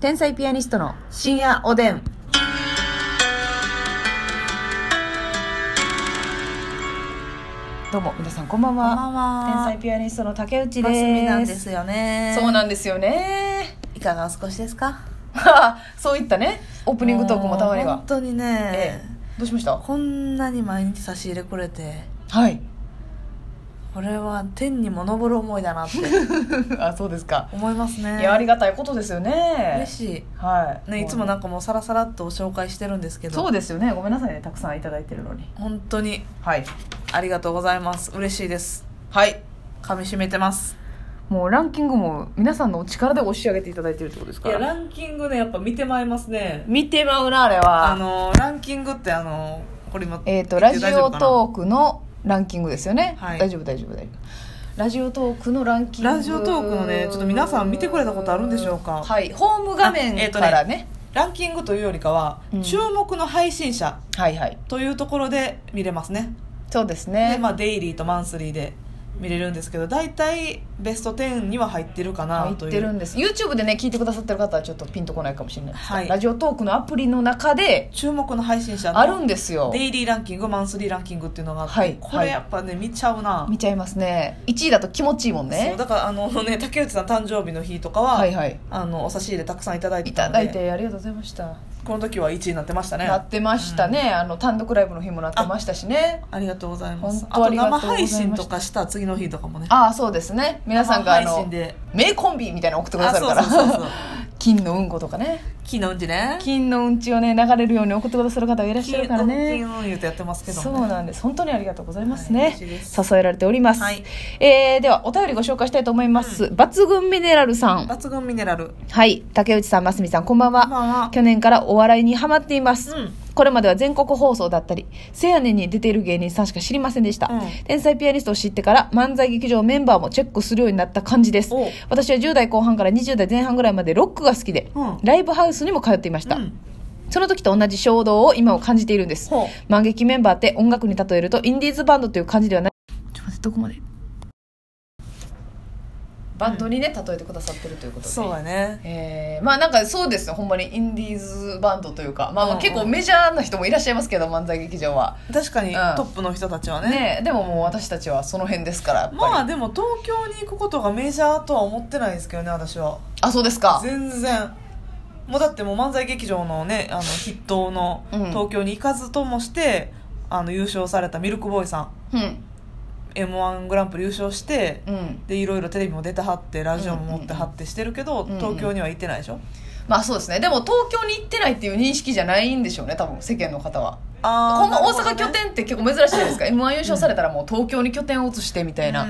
天才ピアニストの深夜おでん。どうも皆さんこんばんこんは。ばん天は。才ピアニストの竹内マスミなんで。ですすよね。そうなんんですよね。 いかがお過ごしですか。そういったね、オープニングトークもたまにうは本。当にねえ、え、どうしましたこんなに毎日差し入れくれて、はい。これは天にも昇る思いだな って あ、そうですか。思いますね。いや、ありがたいことですよね嬉。しはい。い。ね、いつもななんかもうさらさらっと紹介してるんですけど、そうですよね。ごめんなさいね。たくさんいただいてるのに。本当にはい。ありがとうございます。嬉しいです。はい。噛み締めてます。もうランキングも皆さんのお力で押し上げていただいてるってことですから。ンキングね、やっぱ見てまいりますね。見てまうな、あれあは。の、ランキングってあの、これ今、えっ、と、言っラてジ大オ丈夫かなトークのランキングですよね。はい大丈夫、大丈夫、大丈夫。ラジオトークのランキング。ラジオトークのねちょっと皆さん見てくれたことあるんでしょうかはい。ホーム画面あえーとかねらね。ランキングというよりかは、うん注目の配信者はいはい。というところで見れますね、そうですでね。まあ、デイリーとマンスリーで見れるんですけど大体ベスト10には入ってるかな入っというてるんです YouTube でね聞いてくださってる方はちょっとピンとこないかもしれないですが、はいラジオトークのアプリの中で注目の配信者のあるんですよデイリーランキングマンスリーランキングっていうのがあって、はいこれやっぱね見ちゃうな、見ちゃいますね1位だと気持ちいいもんそうねだからあのね竹内さん誕生日の日とかは、はいはいあのお差し入れたくさんいただいていたたのでだいてありがとうございました、この時は1位になってましたねなってましたね、あの単独ライブの日もなってましたしねありがとうございます本あ当あとりがと生うございま配した信とかした次の日とかもねああそうですね皆さんがあ生配の信で名コンビみたいなの送ってくださるかあそうそうそうそうら 金のうんことかね金のうちね金のうんちをね流れるように送ってくださる方がいらっしゃるからね金の言うとやってますけどそもうなんです本当にありがとうございますはいね、嬉しいです支えられております、はいえーではお便りご紹介したいと思います、抜群ミネラルさん抜群ミネラルはい竹内さんますみさんこんばんこはんばんは去年からお笑いにハマっています、うんこれまでは全国放送だったりせやねんに出ている芸人さんしか知りませんでした、うん天才ピアニストを知ってから漫才劇場メンバーもチェックするようになった感じですお私は10代後半から20代前半ぐらいまでロックが好きで、うんライブハウスにも通っていました、うんその時と同じ衝動を今を感じているんですほう万劇メンバーって音楽に例えるとインディーズバンドという感じではないちょっと待ってどこまでバンドにね、例えてくださってるということでそうやねえーまあなんかそうですよほんまにインディーズバンドというか、まあ、まあうんうん結構メジャーな人もいらっしゃいますけど漫才劇場は確かにうんトップの人たちはねねでももう私たちはその辺ですからやっぱり、まあでも東京に行くことがメジャーとは思ってないですけどね私はあそうですか全然もうだってもう漫才劇場のねあの筆頭のうん東京に行かずともして、あの優勝されたミルクボーイさんうん、 m 1グランプリ優勝してうん、でいろいろテレビも出てはってラジオも持ってはってしてるけど、んうんうん東京には行ってないでしょ、まあそうですねでも東京に行ってないっていう認識じゃないんでしょうね多分世間の方はあこんな大阪なる拠ほどね点って結構珍しいじゃないですか m 1優勝されたらもう東京に拠点を移してみたいな、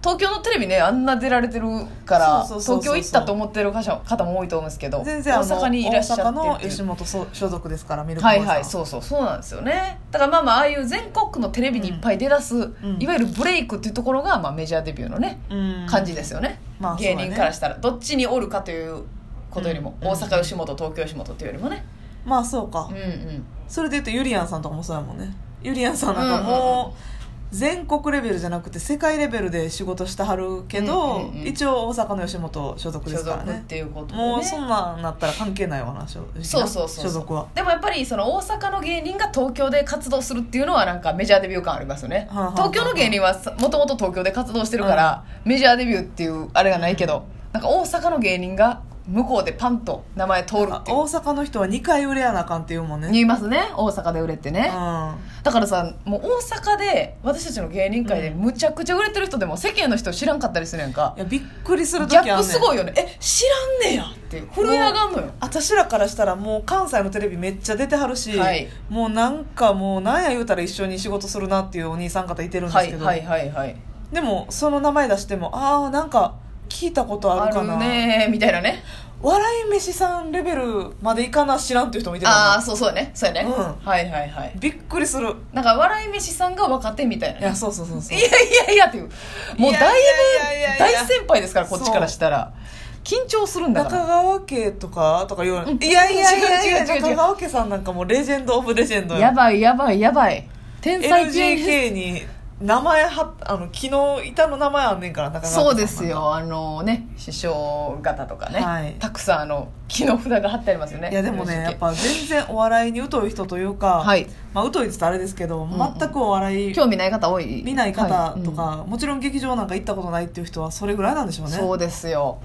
東京のテレビねあんな出られてるからそうそうそうそう東京行ったと思ってる方方も多いと思うんですけうどん、全然あ大の阪にいらっしゃって大阪のっていう吉本所所属ですからミルクボーはイいさんはいそうそうそうなんですよねだからまあまあああいう全国区のテレビにいっぱい出だす、んいわゆるブレイクっていうところが、まあ、メジャーデビューのね、うん感じですよね、まあ芸そう人だねからしたらどっちにおるかということよりも、うん大阪吉本東京吉本っていうよりもねまあそうか、うんうんそれで言うとゆりやんさんとかもそうやもんねゆりやんさんなんかもう全国レベルじゃなくて世界レベルで仕事してはるけうど、んうんうん一応大阪の吉本所属で所すから属っねていうことで、ね、もうそんなんなったら関係ないわな所そうそうそう所属はでもやっぱりその大阪の芸人が東京で活動するっていうのはなんかメジャーデビュー感ありますよね、はあはあ東京の芸人はもともと東京で活動してるから、メジャーデビューっていうあれがないけど、なんか大阪の芸人が向こうでパンと名前通るあっていう大阪の人は2回売れやなあかんって言うもんね言いますね大阪で売れってね、うだからさもう大阪で私たちの芸人界でむちゃくちゃ売れてる人でも世間の人知らんかったりするやんかん、いやびっくりする時ギあャんねんップすごいよねえ知らんねやっていう震え上がんのよ私らからしたらもう関西のテレビめっちゃ出てはるし、はいもうなんかもうなんや言うたら一緒に仕事するなっていうお兄さん方いてるんではすけいど、はいはいはいでもその名前出してもああなんか聞いたことああるかなるねみたいなね笑い飯さんレベルまでいかな知らんっていう人もいてるもんああそうそうやねそうやね、うはいはいはいびっくりするなんか笑い飯さんが若手みたいないやそうそうそうそういやいやいやっていうもうだいいやいやいやぶいやい大や先輩ですからこっちからしたら緊張するんだから中川家とかとか言わない、うんいやいやいやいや違う違う違う違う中川家さんなんかもうレジェンドオブレジェンドやばいやばいやばい天才ピアニスト LJK に名前はあの昨日板の名前あんねんから中川そうですよあのね師匠方とかね、はいたくさんあの木の札が貼ってありますよねいやでも風ね呂や敷っぱ全然お笑いに疎い人というか、はいまあ、疎いって言ったらあれですけど、ん全くお笑い興味ない方多い見ない方とか、はもちろん劇場なんか行ったことないっていう人はそれぐらいなんでしょいううんねそうですよ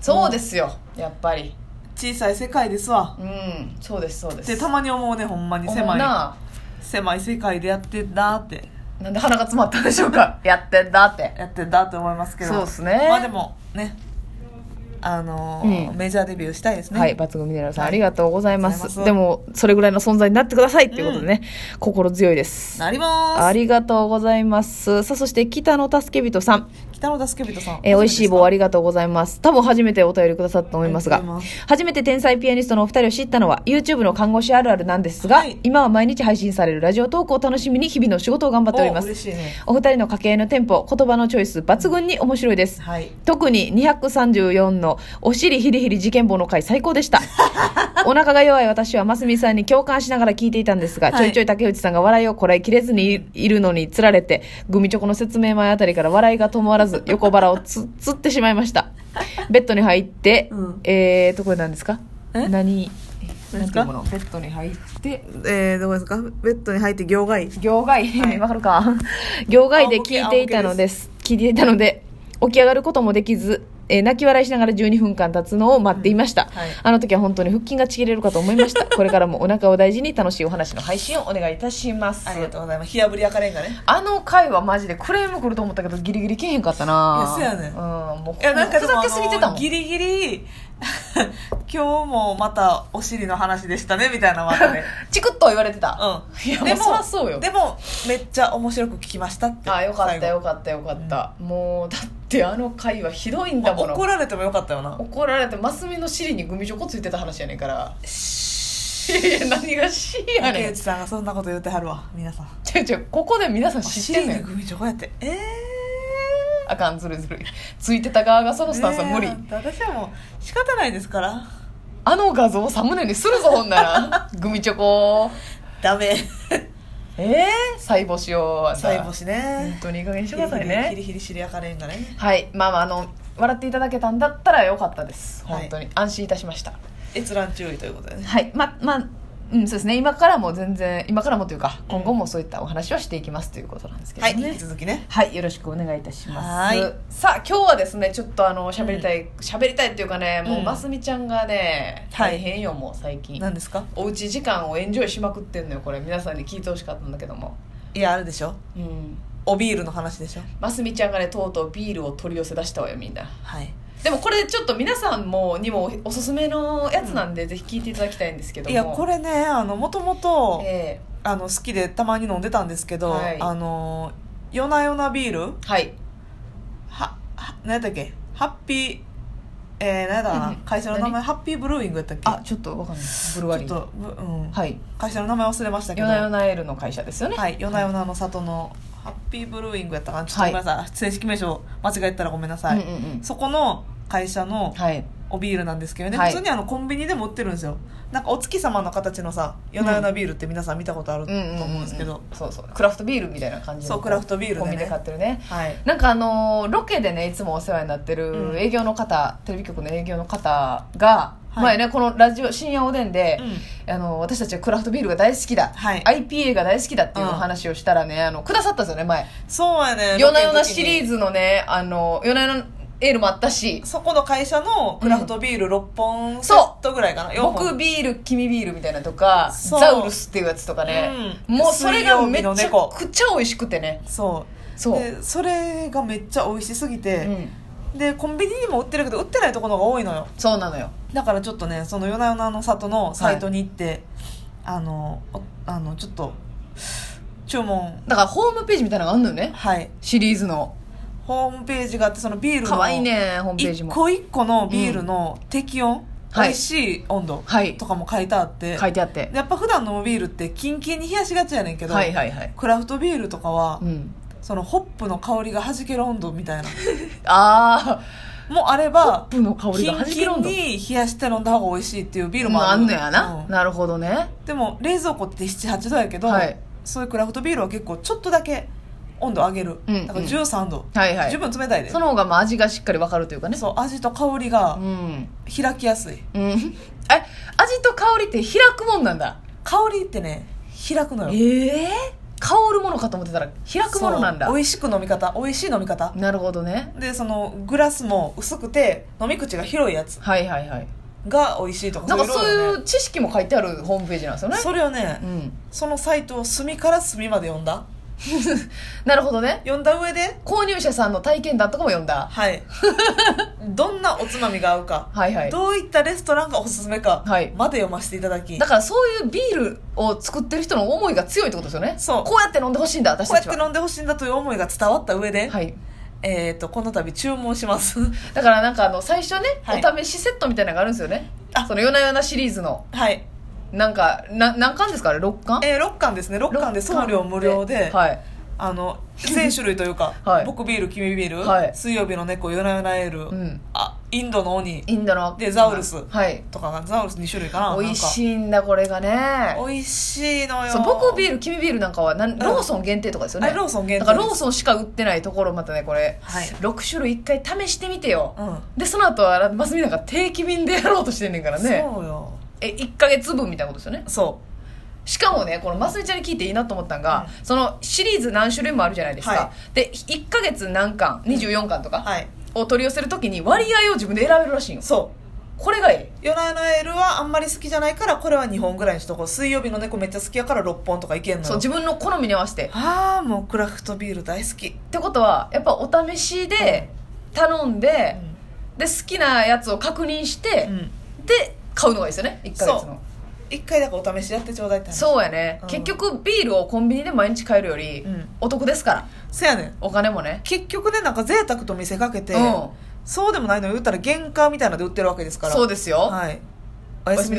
そうですよやっぱり小さい世界ですわうんそうですそうでっすてたまに思うねほんまに思狭ういな狭い世界でやってんだってなんで鼻が詰まったんでしょうかやってんだってやってんだって思いますけどそうっすねまあでもねあのーうんメジャーデビューしたいですね、はい、抜群ミネラルさん、ありがとうございまありがとうす。ござでいも、それぐらいの存在になってくださいっていうことでね、心強いです。なりますありがとうございます。さあ、そして、北野助人さん。北野助人さんえー、美味しい棒ありりがとうございます。多分初めてお便りくださったと思いますあがりがとうござい、初めて天才ピアニストのお二人を知ったのは、YouTube の看護師あるあるなんですが、はい今は毎日配信されるラジオトークを楽しみに日々の仕事を頑張っております。嬉しいねお二人の家計のテンポ、言葉のチョイス、抜群に面白いです。はい特に234のお尻ヒリヒリ事件簿の回最高で した。お腹が弱い私はますみさんに共感しながら聞いていたんですが、はいちょいちょい竹内さんが笑いをこらえきれずにいいるのにつられて、グミチョコの説明前あたりから笑いが止まらず、横腹をつ、つってしまいました。ベッドに入って、うんえーと、これ何ですかえ何、何何ですていかうものベッドに入って、えー、どこですかベッドに入って行外業界、はいわかる か。業界で聞いていたのです。聞いていたので、起き上がることもできず、えー泣き笑いしながら12分間経つのを待っていました、んはいあの時は本当に腹筋がちぎれるかと思いました これからもお腹を大事に楽しいお話の配信をお願いいたしますありがとうございます火炙り赤レンガねあの回はマジでクレーム来ると思ったけどギリギリ来へんかったないやそうやねんうんもういやなんかふでもざけすぎてたあもんのギリギリ 今日もまたお尻の話でしたねみたいな またねチクッと言われてた、うんいやでもそらそうよでもめっちゃ面白く聞きましたってあよかった最よ後かったよかった、もうだってあの回はひどいんだもの怒られてもよかったよな怒られてマスミの尻にグミチョコついてた話やねんからいや何が C や竹ねん内さんがそんなこと言ってはるわ皆さんちょいちょいここで皆さん知ってんねお尻んにグミチョコやってええあかんずるいずるいついてた側がそのスタンスは無理、私はもう仕方ないですからあの画像をサムネにするぞほんな らグミチョコダメええ細胞しよう最後し本ね当にいい加減にしてヒくリだヒさいねリヒリヒリシリ赤レンガねはいまあまああの笑っていただけたんだったらよかったですはい本当に、安心いたしました閲覧注意ということでねはいままあうん、そうですね今からも全然今からもというか今後もそういったお話をしていきますということなんですけどはね、い引き続きねはい、よろしくお願いいたしまはーいす。さあ、今日はですね、ちょっとあの、喋りたい、喋、りたいっていうかね、もう、うんますみちゃんがね、はい大変よ、もう最近。何ですかおうち時間をエンジョイしまくってんのよ、これ。皆さんに聞いてほしかったんだけども。いやあるでしょうん。おビールの話でしょますみちゃんがね、とうとうビールを取り寄せ出したわよ、みんな。はいでもこれちょっと皆さんも、にもおすすめのやつなんで、ぜひ聞いていただきたいんですけども。いやこれねあのもともとえあの好きでたまに飲んでたんですけど、はいあの夜な夜なビールえはい。はは何やったっけハッピーえー、何やったかうんな会社の名前何ハッピーブルーイングやったっけあ、ちょっとわかんない。ブルワリー。ちょっとぶうんはい。会社の名前忘れましたけヨどナヨナエールの会社ですよね。はい夜な夜なの里のハッピーブルーイングやったかなちょっとごめんなさい、正式名称間違えてたらごめんなさい、うんうんうん。そこの会社のはい。おビールなんですけどね、はい普通にあのコンビニでも売ってるんですよなんかお月様の形のさ夜な夜なビールって皆さん見たことあると思うんですけど、そうそうクラフトビールみたいな感じのそうクラフトビールでねコンビニで買ってるねはいなんかあのーロケでねいつもお世話になってうるん営業の方、テレビ局の営業の方が、はい前ねこのラジオ深夜おでんで、うあのー私たちはクラフトビールが大好きだ、はい IPA が大好きだっていうおうん話をしたらね、あのくださったんですよね前そうやね夜な夜なシリーズズのねあの夜な夜なエールもあったしそこの会社のクラフトビール6本セそうットぐらいかな、四本僕ビール君ビールみたいなとかそうザウルスっていうやつとかね、うんもうそれがめちゃ水曜日の猫くちゃ美味しくてねそうそうでそれがめっちゃ美味しすぎうて、んでコンビニにも売ってるけど売ってないところが多いのよそうなのよだからちょっとねその夜な夜なの里のサイトに行って、あのおあのちょっと注文だからホームページみたいなのがあるのよねはいシリーズのホームページがあってそのビールの可愛いねホームページ一も個一個のビールの適温、はい美味しい温度はいとかも書いてあって、書いてあってでやっぱ普段飲むビールってキンキンに冷やしがちやねんけど、はいはいはい、クラフトビールとかは、うん、そのホップの香りが弾ける温度みたいなあもあれあホッばプの香りキがン弾キけるンんだに冷やして飲んだ方が美味しいっていうビールもまあああるんのやな、うんなるほどねでも冷蔵庫って78度やけど、はいそういうクラフトビールは結構ちょっとだけ温度上げる、うんだからうん13度、はいはい十分冷たいでその方がまあ味がしっかりわかるというかねそう味と香りがうん開きやすい、うん え味と香りって開くもんなんだ香りってね開くのよええ香るものかと思ってたら開くものなんだそう美味しく飲み方美味しい飲み方なるほどねでそのグラスも薄くて飲み口が広いやつはいはいはいが美味しいとかなんかそうろろいねう知識も書いてあるホームページなんですよねそれをね、うんそのサイトを隅から隅まで読んだなるほどね読んだ上で購入者さんの体験談とかも読んだはい どんなおつまみが合うかはいはいどういったレストランがおすすめかはいまで読ませていただき、だからそういうビールを作ってる人の思いが強いってことですよねそうこうやって飲んでほしいんだ私こたうやっちては飲んでほしいんだという思いが伝わった上で、はいえっ、とこの度注文します だからなんかあの最初ね、はいお試しセットみたいなのがあるんですよねあその夜な夜なシリーズのはい、なんかな何巻ですかあれ6巻えー、6巻ですね6巻で送料無料で、はいあの全種類というか、 はい僕ビール君ビール、はい水曜日の猫夜な夜なエール、うんあインドの鬼インドのでザウルスはいとかがザウルス2種類かな美味いしいんだこれがね美味しいのよそう僕ビール君ビールなんかはなんんローソン限定とかですよね、あれローソン限定だからローソソンしか売ってないところまたねこれ、はい6種類1回試してみてよ、ン、うんでその後はマスミなんか定期便でやろうとしてんねんからねそうよえ1ヶ月分みたいなことですよねそしかもねこのマスミちゃんに聞いていいなと思ったのが、そのシリーズ何種類もあるじゃないですか、はで1ヶ月何巻24巻とうかはいを取り寄せるときに割合を自分で選べるらしいんよそうこれがいい夜な夜なエールはあんまり好きじゃないからこれは2本ぐらいにしとこう水曜日の猫めっちゃ好きやから6本とかいけんのそうよ自分の好みに合わせてっああもうクラフトビール大好き、てことはやっぱお試しで頼んで、で好きなやつを確認して、うん、で買うのがいいですよね1ヶ月そうの1回だからお試しやってちょうだいって話そうやね、うん結局ビールをコンビニで毎日買えるより、うんお得ですからせやねんお金もね結局ねなんか贅沢と見せかけて、うんそうでもないの言ったら原価みたいなので売ってるわけですからそうですよ、はいおやすみなさい